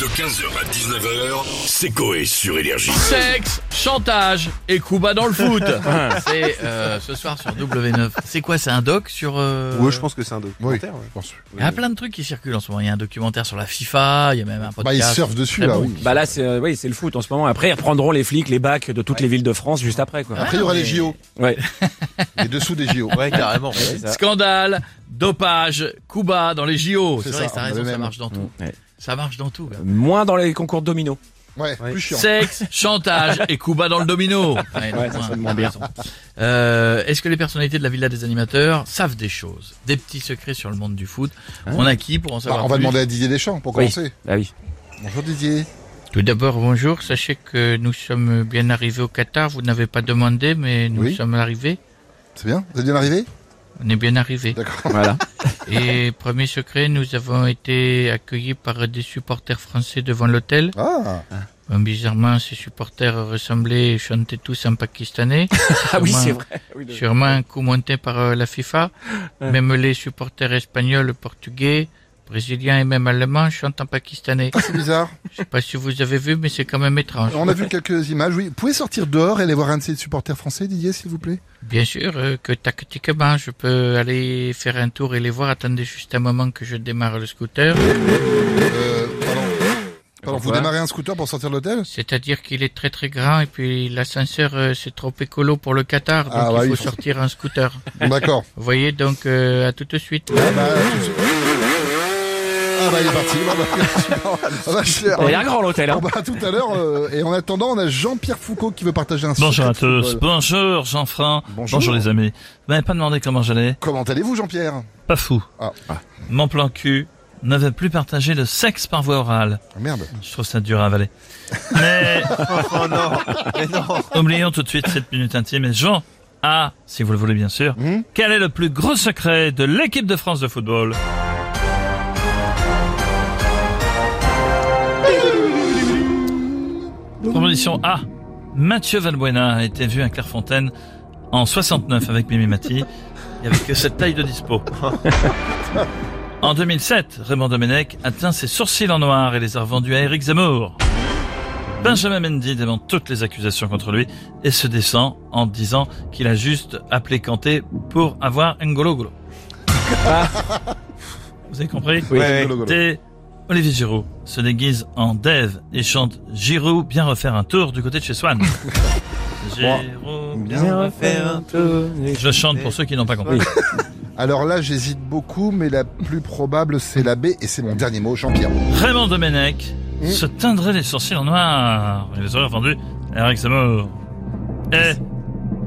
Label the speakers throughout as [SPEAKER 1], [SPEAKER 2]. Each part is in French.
[SPEAKER 1] De 15h à 19h, c'est Coé sur Énergie.
[SPEAKER 2] Sexe, chantage et coup bas dans le foot. c'est euh, ce soir sur W9. C'est quoi C'est un doc sur. euh,
[SPEAKER 3] Ouais, je pense que c'est un documentaire. ouais.
[SPEAKER 2] Il y a plein de trucs qui circulent en ce moment. Il y a un documentaire sur la FIFA, il y a même un podcast.
[SPEAKER 4] Bah, ils surfent dessus,
[SPEAKER 2] Très
[SPEAKER 4] là,
[SPEAKER 2] bon.
[SPEAKER 4] oui.
[SPEAKER 5] Bah là, c'est euh, oui, c'est le foot en ce moment. Après, ils reprendront les flics, les bacs de toutes les villes de France juste après, quoi.
[SPEAKER 4] Après, il y aura
[SPEAKER 2] Ah, mais-
[SPEAKER 4] les JO.
[SPEAKER 5] Ouais.
[SPEAKER 4] Les dessous des JO.
[SPEAKER 2] carrément.
[SPEAKER 6] Ah,
[SPEAKER 5] ça.
[SPEAKER 2] Scandale, dopage, coup bas dans les JO.
[SPEAKER 4] C'est
[SPEAKER 2] C'est vrai,
[SPEAKER 4] ça,
[SPEAKER 2] t'as
[SPEAKER 4] on
[SPEAKER 2] raison,
[SPEAKER 4] avait
[SPEAKER 2] ça
[SPEAKER 4] même.
[SPEAKER 2] marche dans tout.
[SPEAKER 5] Ouais.
[SPEAKER 2] Ça marche dans tout. gars.
[SPEAKER 5] Moins dans les concours de domino.
[SPEAKER 4] Ouais, plus chiant.
[SPEAKER 2] Sexe, chantage et coup bas dans le domino. Ouais,
[SPEAKER 5] Ouais,
[SPEAKER 2] donc,
[SPEAKER 5] ça
[SPEAKER 2] ouais,
[SPEAKER 5] sonne
[SPEAKER 2] t'as
[SPEAKER 5] moins bien.
[SPEAKER 2] raison. Euh, Est-ce que les personnalités de la Villa des animateurs savent des choses Des petits secrets sur le monde du foot On a qui pour en
[SPEAKER 4] Bah,
[SPEAKER 2] savoir
[SPEAKER 4] on va
[SPEAKER 2] plus
[SPEAKER 4] demander à Didier Deschamps pour
[SPEAKER 5] Oui.
[SPEAKER 4] commencer.
[SPEAKER 5] Ah oui.
[SPEAKER 4] Bonjour Didier.
[SPEAKER 2] Tout d'abord, bonjour. Sachez que nous sommes bien arrivés au Qatar. Vous n'avez pas demandé, mais nous
[SPEAKER 4] Oui.
[SPEAKER 2] sommes arrivés.
[SPEAKER 4] C'est bien Vous êtes bien arrivé
[SPEAKER 2] On est bien arrivés.
[SPEAKER 4] D'accord.
[SPEAKER 5] Voilà.
[SPEAKER 2] Et premier secret, nous avons été accueillis par des supporters français devant l'hôtel.
[SPEAKER 4] Ah,
[SPEAKER 2] Euh, Bizarrement, ces supporters ressemblaient et chantaient tous en pakistanais.
[SPEAKER 5] Ah oui,
[SPEAKER 2] Sûrement-
[SPEAKER 5] c'est vrai. Oui, le-
[SPEAKER 2] Sûrement un coup monté par euh, la FIFA. Même les supporters espagnols, portugais, brésiliens et même allemands chantent en pakistanais.
[SPEAKER 4] c'est bizarre.
[SPEAKER 2] Je sais pas si vous avez vu, mais c'est quand même étrange.
[SPEAKER 4] On a vu quelques images, oui. Vous pouvez sortir dehors et aller voir un de ses supporters français, Didier, s'il vous plaît
[SPEAKER 2] Bien sûr euh, que tactiquement, je peux aller faire un tour et les voir. Attendez juste un moment que je démarre le scooter.
[SPEAKER 4] Euh, pardon. Pardon, vous
[SPEAKER 5] Pourquoi
[SPEAKER 4] démarrez un scooter pour sortir de l'hôtel
[SPEAKER 2] C'est-à-dire qu'il est très très grand et puis l'ascenseur, euh, c'est trop écolo pour le Qatar. Donc
[SPEAKER 4] Ah,
[SPEAKER 2] il
[SPEAKER 4] bah oui,
[SPEAKER 2] faut
[SPEAKER 4] forcément.
[SPEAKER 2] sortir en scooter.
[SPEAKER 4] D'accord.
[SPEAKER 2] Vous voyez, donc euh, à tout de suite.
[SPEAKER 4] Ah bah, tout de suite. Ah bah, il est parti. Ah bah, ah bah, cher.
[SPEAKER 5] Il a l'air grand l'hôtel.
[SPEAKER 4] Ah
[SPEAKER 5] Hein.
[SPEAKER 4] bah, à tout à l'heure. euh, et en attendant, on a Jean-Pierre Foucault qui veut partager un
[SPEAKER 7] Bonjour
[SPEAKER 4] secret
[SPEAKER 7] à
[SPEAKER 4] de football.
[SPEAKER 7] tous, bonjour Jean-Franc,
[SPEAKER 4] Bonjour.
[SPEAKER 7] bonjour. les amis. Vous m'avez pas demandé comment j'allais
[SPEAKER 4] Comment allez-vous, Jean-Pierre
[SPEAKER 7] Pas fou.
[SPEAKER 4] Ah.
[SPEAKER 7] Mon plan cul n'avait plus partagé le sexe par voie orale.
[SPEAKER 4] Ah, Merde.
[SPEAKER 7] Je trouve ça dur à avaler. Mais...
[SPEAKER 4] Oh,
[SPEAKER 7] Oublions tout de suite cette minute intime et Jean ah, si vous le voulez bien sûr,
[SPEAKER 4] Hmm
[SPEAKER 7] quel est le plus gros secret de l'équipe de France de football Proposition A. Mathieu Valbuena a été vu à Clairefontaine en 69 avec Mimi Mati et avec cette taille de dispo. En 2007, Raymond Domenech a teint ses sourcils en noir et les a revendus à Eric Zemmour. Benjamin Mendy dément toutes les accusations contre lui et se descend en disant qu'il a juste appelé Kanté pour avoir N'Golo Golo. Vous avez compris
[SPEAKER 5] Oui.
[SPEAKER 4] Golo, golo.
[SPEAKER 7] et Olivier Giroud se déguise en dev et chante Giroud bien refaire un tour du côté de chez Swan. Giroud bien refaire un
[SPEAKER 5] tour.
[SPEAKER 7] Je chante pour ceux qui n'ont pas compris.
[SPEAKER 4] Alors là, j'hésite beaucoup, mais la plus probable, c'est la B. Et c'est mon dernier mot, Jean-Pierre.
[SPEAKER 7] Raymond Domenech se teindrait les sourcils en noir et les aurait vendus à Eric Zemmour. Et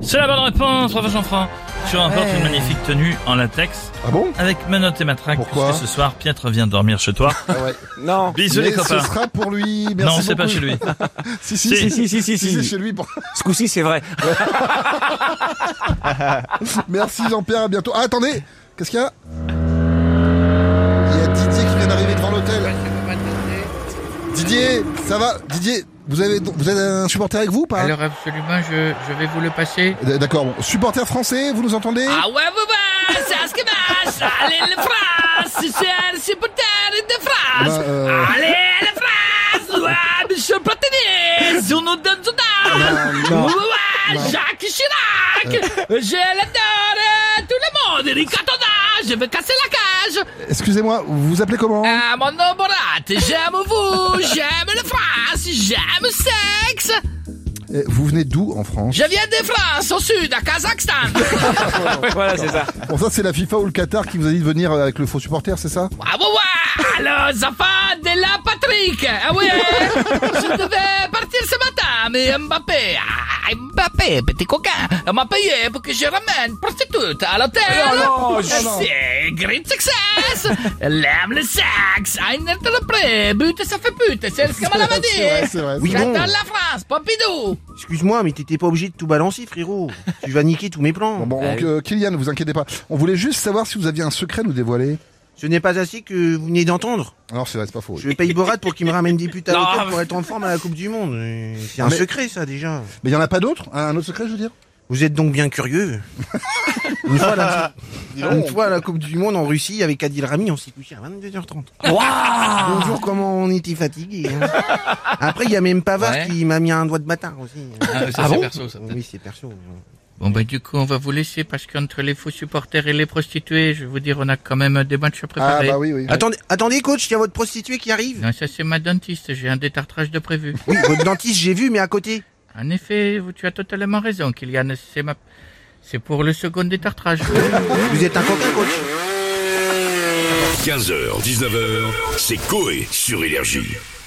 [SPEAKER 7] c'est la bonne réponse, bravo Jean-Franc. Tu remportes une magnifique tenue en latex
[SPEAKER 4] Ah bon
[SPEAKER 7] avec menottes et matraque
[SPEAKER 4] Pourquoi
[SPEAKER 7] puisque ce soir Pietre vient dormir chez toi.
[SPEAKER 4] ah ouais.
[SPEAKER 5] Non.
[SPEAKER 7] Bisous les
[SPEAKER 4] Mais ce
[SPEAKER 7] copains.
[SPEAKER 4] sera pour lui. Merci
[SPEAKER 7] non, c'est
[SPEAKER 4] beaucoup.
[SPEAKER 7] pas chez lui.
[SPEAKER 4] Si, si, si.
[SPEAKER 5] Si, si, si, si,
[SPEAKER 4] si, c'est
[SPEAKER 5] si.
[SPEAKER 4] chez lui. pour-
[SPEAKER 5] Ce coup-ci, c'est vrai.
[SPEAKER 4] Merci Jean-Pierre, à bientôt. Ah, attendez Qu'est-ce qu'il y a Il y a Didier qui vient d'arriver devant
[SPEAKER 2] bah,
[SPEAKER 4] l'hôtel. Didier, ça va Didier, vous avez, vous avez un supporter avec vous ou pas
[SPEAKER 2] Alors absolument, je, je vais vous le passer.
[SPEAKER 4] D'accord, bon. supporter français, vous nous entendez
[SPEAKER 2] Ah ouais, vous bah, c'est ce que bah, allez la France, c'est le supporter de France.
[SPEAKER 4] Bah, euh,
[SPEAKER 2] Allez la France, ouais, Michel Platini, si on nous donne tout ah.
[SPEAKER 5] Non.
[SPEAKER 2] Ouais,
[SPEAKER 4] Non.
[SPEAKER 2] Jacques Chirac, je l'adore, tout le monde, Eric Cantona, je vais casser la cage.
[SPEAKER 4] Excusez-moi, vous vous appelez comment
[SPEAKER 2] Ah, mon nom Borat, j'aime vous, j'aime la France, j'aime le sexe.
[SPEAKER 4] Eh, Vous venez d'où en France
[SPEAKER 2] Je viens de France, au sud, à Kazakhstan.
[SPEAKER 5] voilà, c'est ça.
[SPEAKER 4] Bon, ça, c'est la FIFA ou le Qatar qui vous a dit de venir euh, avec le faux supporter, c'est ça
[SPEAKER 2] Ah ouais, ouais. Alors, ça fait de la Patrick Ah ouais Je devais partir ce matin, mais Mbappé, ah, Mbappé, petit coquin, eh, m'a payé pour que je ramène prostitute à l'hôtel
[SPEAKER 5] Oh non, je-
[SPEAKER 2] C'est great success Elle aime le sexe Ein entreprise, but ça fait pute, c'est ce que m'a
[SPEAKER 4] C'est vrai, c'est
[SPEAKER 2] dit
[SPEAKER 4] vrai.
[SPEAKER 6] Oui,
[SPEAKER 2] J'attends
[SPEAKER 6] bon.
[SPEAKER 2] la France, Pompidou
[SPEAKER 6] Excuse-moi, mais t'étais pas obligé de tout balancer, frérot. Tu vas niquer tous mes plans.
[SPEAKER 4] Bon, bon, donc, euh, Kylian, ne vous inquiétez pas. On voulait juste savoir si vous aviez un secret à nous dévoiler.
[SPEAKER 6] Ce n'est pas assez que vous venez d'entendre.
[SPEAKER 4] Alors, c'est vrai, c'est pas faux. oui.
[SPEAKER 6] Je paye Borat pour qu'il me ramène des putes à
[SPEAKER 5] Non,
[SPEAKER 6] l'hôtel
[SPEAKER 5] mais-
[SPEAKER 3] Ah,
[SPEAKER 6] pour être en forme à la Coupe du Monde. Euh, C'est un
[SPEAKER 4] Mais-
[SPEAKER 6] secret, ça, déjà.
[SPEAKER 4] Mais il y en a pas d'autres Un autre secret, je veux dire
[SPEAKER 6] Vous êtes donc bien curieux. une, fois la, une fois à la Coupe du Monde en Russie avec Adil Rami, on s'est couché à 22h30. Bonjour, comment on était fatigué. hein. Après, il y a même Pavard
[SPEAKER 2] Ouais.
[SPEAKER 6] qui m'a mis un doigt de bâtard aussi.
[SPEAKER 2] Ah, ça, c'est perso, ça.
[SPEAKER 6] oui, c'est perso.
[SPEAKER 2] Bon bah du coup on va vous laisser parce qu'entre les faux supporters et les prostituées, je vais vous dire on a quand même des matchs à
[SPEAKER 4] Ah
[SPEAKER 2] préparer.
[SPEAKER 4] bah oui, oui.
[SPEAKER 6] Attendez, attendez, coach, il y a votre prostituée qui arrive.
[SPEAKER 2] Non ça c'est ma dentiste, j'ai un détartrage de prévu.
[SPEAKER 6] Oui, votre dentiste, j'ai vu, mais à côté.
[SPEAKER 2] En effet, vous- tu as totalement raison Kylian, c'est ma... C'est pour le second détartrage.
[SPEAKER 6] Vous êtes un coquin, coach.
[SPEAKER 1] 15h, 19h, c'est Coé sur Énergie.